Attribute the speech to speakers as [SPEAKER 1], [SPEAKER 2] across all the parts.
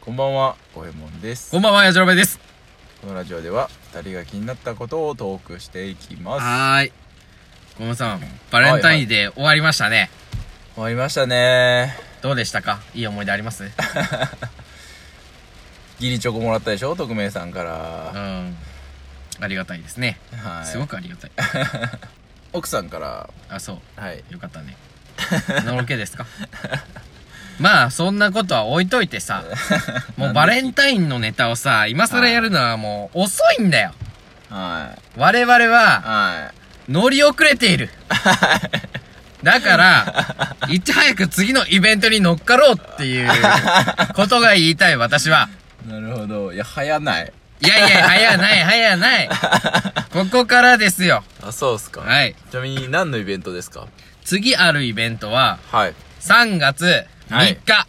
[SPEAKER 1] こんばんは、ゴエモンです。
[SPEAKER 2] こんばんは、やじろべです。
[SPEAKER 1] このラジオでは、二人が気になったことをトークしていきます。終
[SPEAKER 2] はーい。ごめんさん、バレンタインデー終わりましたね。
[SPEAKER 1] わりましたね。
[SPEAKER 2] どうでしたかいい思い出あり ますう
[SPEAKER 1] ギリチョコもらったでしょ匿名さんから。
[SPEAKER 2] ん。ありがたいですね。
[SPEAKER 1] はい。
[SPEAKER 2] すごくありがたい。
[SPEAKER 1] 奥さんから、
[SPEAKER 2] あ、そう。
[SPEAKER 1] はい。
[SPEAKER 2] よかったね。のろけですか まあ、そんなことは置いといて さ、もうバレンタインのネタをさ、今更やるのはもう遅いんだよ。
[SPEAKER 1] はい。
[SPEAKER 2] 我々は
[SPEAKER 1] は
[SPEAKER 2] 乗り遅れている。だから、いち早く次のイベントに乗っかろうっていうことが言いたい、私は。
[SPEAKER 1] い。なるほど。いや、流行ない。
[SPEAKER 2] いやいや、早ない、早ない。ここからですよ。
[SPEAKER 1] あ、そうっすか。
[SPEAKER 2] はい。
[SPEAKER 1] ちなみに、何のイベントですか
[SPEAKER 2] 次あるイベントは、
[SPEAKER 1] はい。
[SPEAKER 2] 3月3日、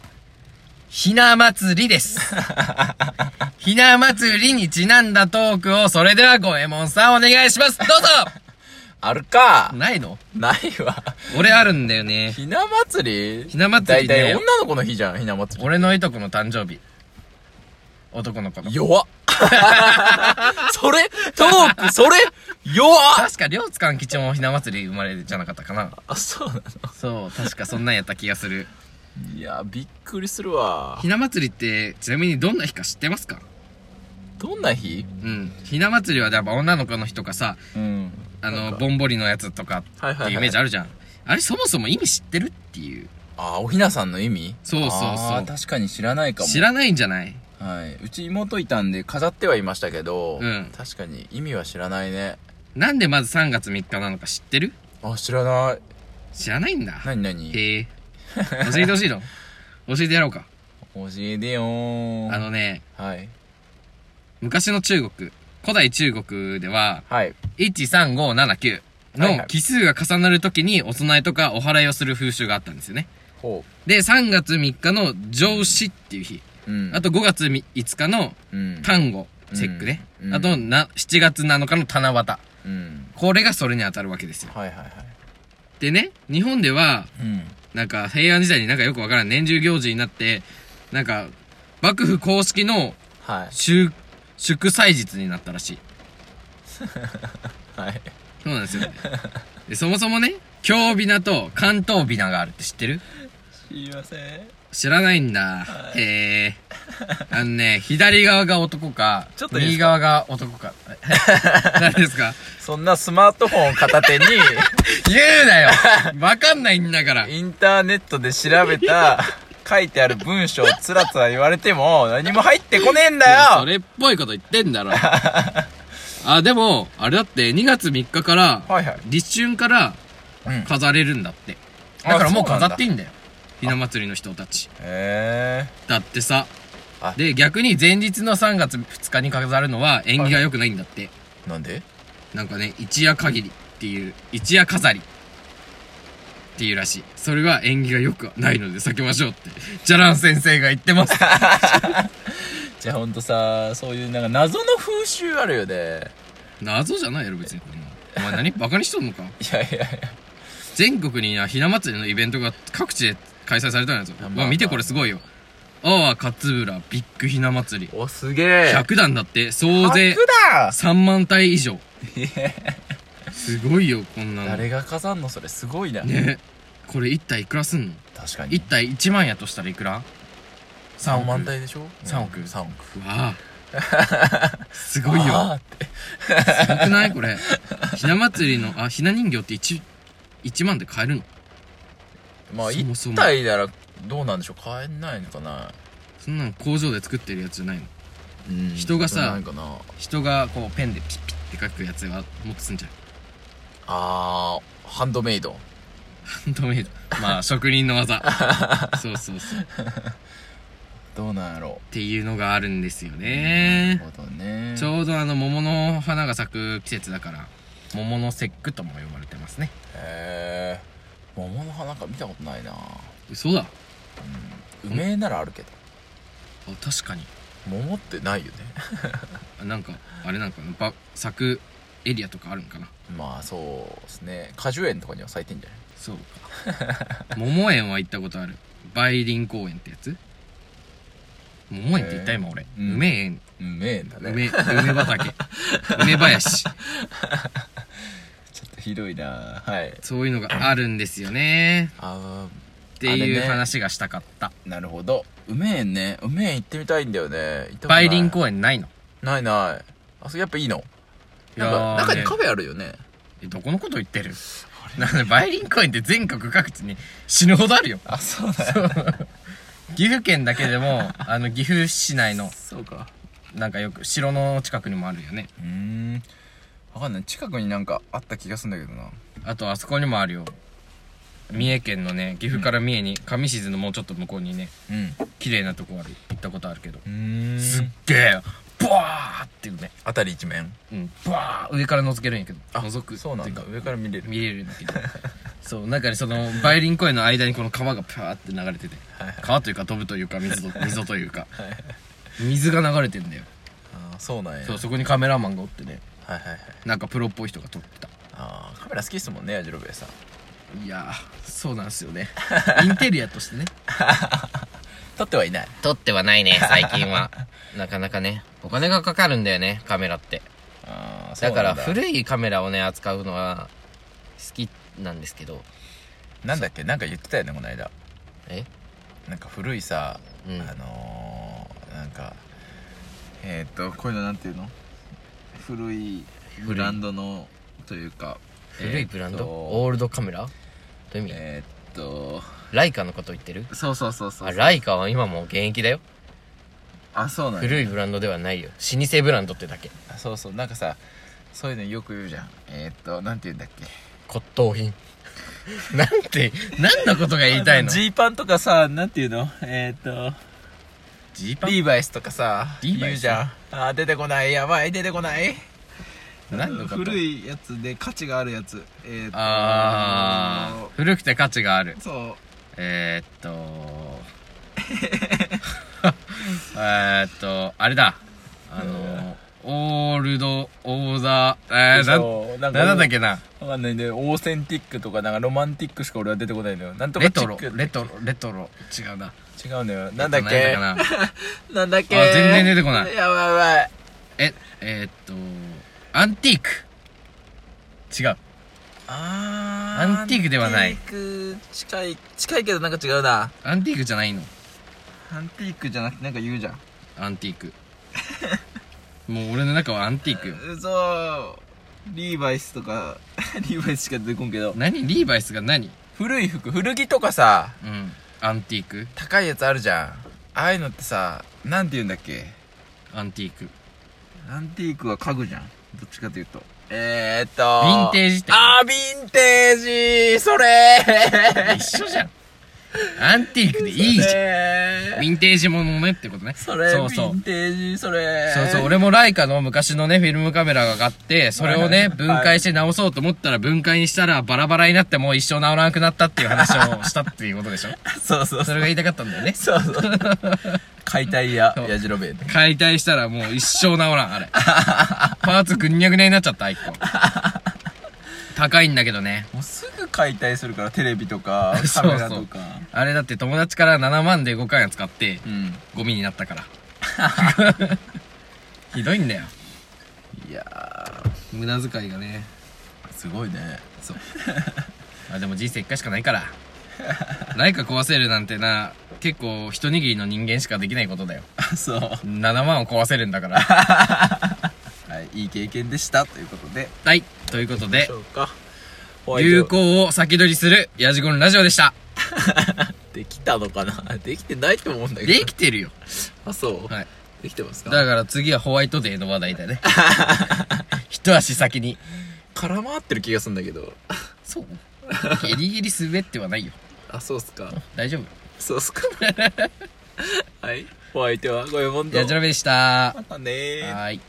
[SPEAKER 2] ひな祭りです。ひな祭りにちなんだトークを、それではごえもんさんお願いします。どう
[SPEAKER 1] あるか
[SPEAKER 2] ぞ ないの
[SPEAKER 1] ないわ。
[SPEAKER 2] 俺あるんだよね。
[SPEAKER 1] ひな祭り
[SPEAKER 2] ひな祭り
[SPEAKER 1] だ
[SPEAKER 2] だ
[SPEAKER 1] いたい
[SPEAKER 2] よ
[SPEAKER 1] 女の子の日じゃん、ひな祭り。
[SPEAKER 2] 俺のいとこの誕生日。男の子の。
[SPEAKER 1] 弱っ。 それトーク、それ弱っ
[SPEAKER 2] 確か、両津勘吉もひな祭り生まれじゃなかったかな。
[SPEAKER 1] あ、そうなの
[SPEAKER 2] そう、確かそんなんやった気がする。
[SPEAKER 1] いやびっくりするわ
[SPEAKER 2] ひな祭りって、ちなみにどんな日か知ってますか
[SPEAKER 1] どんな日
[SPEAKER 2] うん。ひな祭りはやっぱ女の子の日とかさ、
[SPEAKER 1] うん
[SPEAKER 2] あ
[SPEAKER 1] なん
[SPEAKER 2] の、
[SPEAKER 1] か
[SPEAKER 2] ぼんぼりのやつとか
[SPEAKER 1] はいはい
[SPEAKER 2] っ
[SPEAKER 1] は
[SPEAKER 2] て
[SPEAKER 1] い
[SPEAKER 2] いうイメージあるじゃん。あれそもそも意味知ってるっていう。
[SPEAKER 1] あおひなさんの意味
[SPEAKER 2] そうそうそう
[SPEAKER 1] あー確かに知らないかも
[SPEAKER 2] 知らないんじゃない
[SPEAKER 1] はいうち妹いたんで飾ってはいましたけど、
[SPEAKER 2] うん
[SPEAKER 1] 確かに意味は知らないね
[SPEAKER 2] なんでまず3月3日なのか知ってる
[SPEAKER 1] あ知らない
[SPEAKER 2] 知らないんだ。
[SPEAKER 1] なになに
[SPEAKER 2] へえ。教えてほ しいの教えてやろうか。
[SPEAKER 1] 教えてよー
[SPEAKER 2] あのね、
[SPEAKER 1] はい
[SPEAKER 2] 昔の中国、古代中国では、
[SPEAKER 1] はい
[SPEAKER 2] 13579
[SPEAKER 1] はいは
[SPEAKER 2] の
[SPEAKER 1] い
[SPEAKER 2] 奇数が重なるときにお供えとかお祓いをする風習があったんですよね。
[SPEAKER 1] ほ
[SPEAKER 2] で、3月3日の上司っていう日、
[SPEAKER 1] ううん
[SPEAKER 2] あと5月5日の
[SPEAKER 1] うん
[SPEAKER 2] 単語、チェックね
[SPEAKER 1] う。ん
[SPEAKER 2] あとな7月7日の七夕。
[SPEAKER 1] うん
[SPEAKER 2] これがそれに当たるわけですよ。
[SPEAKER 1] はいはいはい
[SPEAKER 2] でね、日本では、
[SPEAKER 1] うん
[SPEAKER 2] なんか平安時代になんかよくわからん年中行事になって、なんか幕府公式の
[SPEAKER 1] はい
[SPEAKER 2] 祝、祝祭日になったらしい。
[SPEAKER 1] はい
[SPEAKER 2] そうな んですよ。でそもそもね、京びなと関東びながあるって知ってる
[SPEAKER 1] すいません
[SPEAKER 2] 知らないんだ。へえ。あのね、左側が男か、
[SPEAKER 1] ちょっといいです
[SPEAKER 2] 右
[SPEAKER 1] か
[SPEAKER 2] 側が 男か。え何ですか
[SPEAKER 1] そんなスマートフォンを片手に
[SPEAKER 2] 言うなよわかんないんだから。
[SPEAKER 1] インターネットで調べ た、書いてある文章をつらつら言われても、何も入ってこねえんだ
[SPEAKER 2] そ
[SPEAKER 1] よ
[SPEAKER 2] れっぽいこと言ってん だろ。あ、でも、あれだって2月3日から、
[SPEAKER 1] はいはい。
[SPEAKER 2] 立春から
[SPEAKER 1] うん。
[SPEAKER 2] 飾れるんだって。
[SPEAKER 1] あ
[SPEAKER 2] だからもう
[SPEAKER 1] そうなんだ
[SPEAKER 2] 飾っていいんだよ。ひな祭りの人たち。
[SPEAKER 1] え
[SPEAKER 2] だってさ
[SPEAKER 1] あ。
[SPEAKER 2] で、逆に前日の3月2日に飾るのは縁起が良くないんだって。
[SPEAKER 1] ー。なんで
[SPEAKER 2] なんかね、一夜限りっていう、一夜飾りっていうらしい。それは縁起が良くはないので避けましょうって、ジャラン先生が言っ てます。
[SPEAKER 1] じゃあほんとさ、そういうなんか謎の風習あるよね。
[SPEAKER 2] 謎じゃないやろ、別にこんな。お前何バカにしとんのか
[SPEAKER 1] いやいやいや。
[SPEAKER 2] 全国にな、ひな祭りのイベントが各地で開催されたんやぞ。
[SPEAKER 1] まあ
[SPEAKER 2] わ、
[SPEAKER 1] まあ
[SPEAKER 2] 見てこれすごいよ。阿波勝浦ビッグひな祭り。
[SPEAKER 1] お、すげえ。
[SPEAKER 2] 100段だって、総勢
[SPEAKER 1] 100だ
[SPEAKER 2] 3万体以上。すごいよ、こんなの。
[SPEAKER 1] 誰が飾んのそれすごいな。
[SPEAKER 2] ねこれ1体いくらすんの
[SPEAKER 1] 確かに
[SPEAKER 2] 一。体1万やとしたらいくら
[SPEAKER 1] 3万体でしょ
[SPEAKER 2] 3億
[SPEAKER 1] 3億。
[SPEAKER 2] わあすごいよ
[SPEAKER 1] あ
[SPEAKER 2] す
[SPEAKER 1] ーって
[SPEAKER 2] ごくないこれひな祭りのあひな人形って 1, 1万で買えるの
[SPEAKER 1] まあ、
[SPEAKER 2] そもそ
[SPEAKER 1] 1
[SPEAKER 2] も
[SPEAKER 1] 体ならどうなんでしょう買えないのかな
[SPEAKER 2] そんなの工場で作ってるやつじゃないの
[SPEAKER 1] うん
[SPEAKER 2] 人がさ
[SPEAKER 1] ないかな
[SPEAKER 2] 人がこうペンでピッピッって書くやつはもっとすんじゃん
[SPEAKER 1] あー、ハンドメイド。
[SPEAKER 2] ハンドメイドまあ職人の技そうそうそうっ
[SPEAKER 1] どうなんやろう
[SPEAKER 2] ていうのがあるんですよ
[SPEAKER 1] なる
[SPEAKER 2] ね
[SPEAKER 1] ほどね
[SPEAKER 2] ちょうどあの桃の花が咲く季節だから桃の節句とも呼ばれてますね
[SPEAKER 1] へえ桃の花か見たことないな
[SPEAKER 2] 嘘だあ
[SPEAKER 1] 梅ならあるけど
[SPEAKER 2] 確かに
[SPEAKER 1] 桃って ないよね
[SPEAKER 2] あなんかあれなんかなば咲くエリアとかあるんかな
[SPEAKER 1] まあそうですね果樹園とかには咲いてんじゃない
[SPEAKER 2] そうか桃園は行ったことある梅林公園ってやつ桃園って言った今俺。
[SPEAKER 1] うん
[SPEAKER 2] 梅園。
[SPEAKER 1] うめえんだね。
[SPEAKER 2] 梅、梅 畑。梅林。
[SPEAKER 1] ちょっとひどいなはい。
[SPEAKER 2] そういうのがあるんですよね。
[SPEAKER 1] あ
[SPEAKER 2] って
[SPEAKER 1] あれ
[SPEAKER 2] いう
[SPEAKER 1] ね
[SPEAKER 2] 話がしたかった。
[SPEAKER 1] ー、なるほど。うめえんね。うめえん行ってみたいんだよね。行ったことな
[SPEAKER 2] 梅
[SPEAKER 1] い
[SPEAKER 2] 林公園ないの
[SPEAKER 1] ないない。あそこやっぱいいのなんか
[SPEAKER 2] いやー
[SPEAKER 1] 中に
[SPEAKER 2] ね
[SPEAKER 1] カフェあるよね。
[SPEAKER 2] えどこのこと言ってるなんで梅林公園って全国各地に死ぬほどあるよ
[SPEAKER 1] あ、そうだ
[SPEAKER 2] そう岐阜県だけでもあの岐阜市内の
[SPEAKER 1] そうか。
[SPEAKER 2] なんかよく城の近くにもあるよね
[SPEAKER 1] うーん。わかんない。近くになんかあった気がするんだけどな。
[SPEAKER 2] あとあそこにもあるよ三重県のね岐阜から三重に上静のもうちょっと向こうにね
[SPEAKER 1] うん。
[SPEAKER 2] 綺麗なとこある行ったことあるけど
[SPEAKER 1] うーん。
[SPEAKER 2] すっげえバーっていうね
[SPEAKER 1] あたり一面。
[SPEAKER 2] うんバー上から覗けるんやけど覗く
[SPEAKER 1] そうなんだ。上から見れる。
[SPEAKER 2] 見れるんだけどそう中にその梅林公園の間にこの川がパーって流れてて川というか飛ぶというか 水と溝というか水が流れてんだよ
[SPEAKER 1] あーそうなんや。
[SPEAKER 2] そうそこにカメラマンがおってね
[SPEAKER 1] はいはいはい。
[SPEAKER 2] なんかプロっぽい人が撮ってた
[SPEAKER 1] ああ、カメラ好きっすもんね、やじろべえさん。
[SPEAKER 2] いやーそうなんすよ ねインテリアとしてね
[SPEAKER 1] 撮ってはいない。
[SPEAKER 2] 撮ってはないね最近 はなかなかねお金がかかるんだよねカメラって
[SPEAKER 1] ああ、そう
[SPEAKER 3] だ
[SPEAKER 1] な
[SPEAKER 3] か
[SPEAKER 1] ん
[SPEAKER 3] ら古いカメラをね扱うのは好きなんですけど
[SPEAKER 1] なんだっけなんか言ってたよねこの間
[SPEAKER 3] え
[SPEAKER 1] なんか古いさ、
[SPEAKER 3] うん
[SPEAKER 1] あのー、なんかえー、っとこういうのなんていうの古い
[SPEAKER 3] 古い
[SPEAKER 1] ブランドのというか
[SPEAKER 3] 古いブランド、
[SPEAKER 1] えーっと
[SPEAKER 3] オールドカメラどういう意味、
[SPEAKER 1] えー、っと
[SPEAKER 3] ライカのこと言ってる
[SPEAKER 1] そうそうそうそう
[SPEAKER 3] あライカは今もう現役だよ
[SPEAKER 1] あそうなんや
[SPEAKER 3] 古いブランドではないよ老舗ブランドってだけ
[SPEAKER 1] あそうそうなんかさそういうのよく言うじゃんえー、っとなんて言うんだっけ
[SPEAKER 3] 骨董品
[SPEAKER 2] なんて何のことが言いたいの
[SPEAKER 1] ジーパンとかさなんていうのえー、っ
[SPEAKER 2] ジー
[SPEAKER 1] とリーバイスとかさ
[SPEAKER 2] リーバ
[SPEAKER 1] 言
[SPEAKER 2] イ
[SPEAKER 1] う
[SPEAKER 2] ス
[SPEAKER 1] じゃんあー出てこないやばい出てこない
[SPEAKER 2] 何のこと
[SPEAKER 1] 古いやつで価値があるやつえー、っと
[SPEAKER 2] あー古くて価値がある
[SPEAKER 1] そう
[SPEAKER 2] えー、っと えーっとあれだあのオールドオーザーえー、
[SPEAKER 1] そうな
[SPEAKER 2] な
[SPEAKER 1] んん
[SPEAKER 2] な
[SPEAKER 1] か
[SPEAKER 2] んだっけな
[SPEAKER 1] わかんないんでオーセンティックとかなんかロマンティックしか俺は出てこないのよなんとか
[SPEAKER 2] レ
[SPEAKER 1] チ
[SPEAKER 2] ト
[SPEAKER 1] ッ
[SPEAKER 2] ロ
[SPEAKER 1] ク
[SPEAKER 2] レトロレトロ違うな
[SPEAKER 1] 違うのよなんだっ
[SPEAKER 2] え
[SPEAKER 1] け
[SPEAKER 2] となんだっけな
[SPEAKER 1] なんだっけ
[SPEAKER 2] あ全然出てこない
[SPEAKER 1] やばいやばい
[SPEAKER 2] ええー、っとアンティーク違う
[SPEAKER 1] あ
[SPEAKER 2] アンティークではない
[SPEAKER 1] アンティーク近い近いけどなんか違うな
[SPEAKER 2] アンティークじゃないの
[SPEAKER 1] アンティークじゃなくてなんか言うじゃん
[SPEAKER 2] アンティークもう俺の中はアンティークよ
[SPEAKER 1] うそリーバイスとか リーバイスしか出てこんけど
[SPEAKER 2] 何リーバイスが何
[SPEAKER 1] 古い服古着とかさ
[SPEAKER 2] うんアンティーク
[SPEAKER 1] 高いやつあるじゃんああいうのってさなんて言うんだっけ
[SPEAKER 2] アンティーク
[SPEAKER 1] アンティークは家具じゃんどっちかというとえー、っと
[SPEAKER 2] ヴィンテージって
[SPEAKER 1] あーヴィンテージそれー
[SPEAKER 2] 一緒じゃん。アンティークでいいじゃん。
[SPEAKER 1] ゃ
[SPEAKER 2] ヴィンテージものねってことね。
[SPEAKER 1] それ
[SPEAKER 2] そうそう
[SPEAKER 1] ヴィン。テージそれ
[SPEAKER 2] そうそう、俺もライカの昔のね、フィルムカメラがあって、それを
[SPEAKER 1] はい
[SPEAKER 2] ね、
[SPEAKER 1] はい
[SPEAKER 2] 分解して直そうと思ったら、分解にしたらバラバラになってもう一生直らなくなったっていう話をしたっていうこと でしょ
[SPEAKER 1] そうそう
[SPEAKER 2] そ
[SPEAKER 1] そう
[SPEAKER 2] れが言いたかったんだよね。
[SPEAKER 1] そう そう解体屋
[SPEAKER 2] そう
[SPEAKER 1] やじろべえの
[SPEAKER 2] 解体したらもう一生直らん、あれ。パーツぐにゃぐにゃになっちゃった、一個。高いんだけどね。
[SPEAKER 1] もうすぐ解体するからテレビとかカメラとか
[SPEAKER 2] そうそうあれだって友達から7万で5回使って、
[SPEAKER 1] うん
[SPEAKER 2] ゴミになった から。ひどいんだよ。
[SPEAKER 1] いや
[SPEAKER 2] 無駄遣いがね
[SPEAKER 1] ーすごいねそう
[SPEAKER 2] あでも人生一回しかないからライカ壊せるなんてな結構一握りの人間しかできないことだよ
[SPEAKER 1] あそう
[SPEAKER 2] 7万を壊せるんだから
[SPEAKER 1] はいいい経験でしたということで
[SPEAKER 2] はいということで
[SPEAKER 1] うか
[SPEAKER 2] 流行を先取りするヤジゴンラジオでした
[SPEAKER 1] できたのかな できてないと思うんだけど
[SPEAKER 2] できてるよ、
[SPEAKER 1] あそう、
[SPEAKER 2] はい、
[SPEAKER 1] できてますか
[SPEAKER 2] だから次はホワイトデーの話題だ ね一足先に
[SPEAKER 1] 絡まってる気がするんだけど
[SPEAKER 2] そうギリギリ滑ってはないよ
[SPEAKER 1] あそうっすか
[SPEAKER 2] 大丈夫
[SPEAKER 1] そうっすか はいお相手はごえもんと
[SPEAKER 2] ヤジラベでしたは
[SPEAKER 1] またねー
[SPEAKER 2] ーい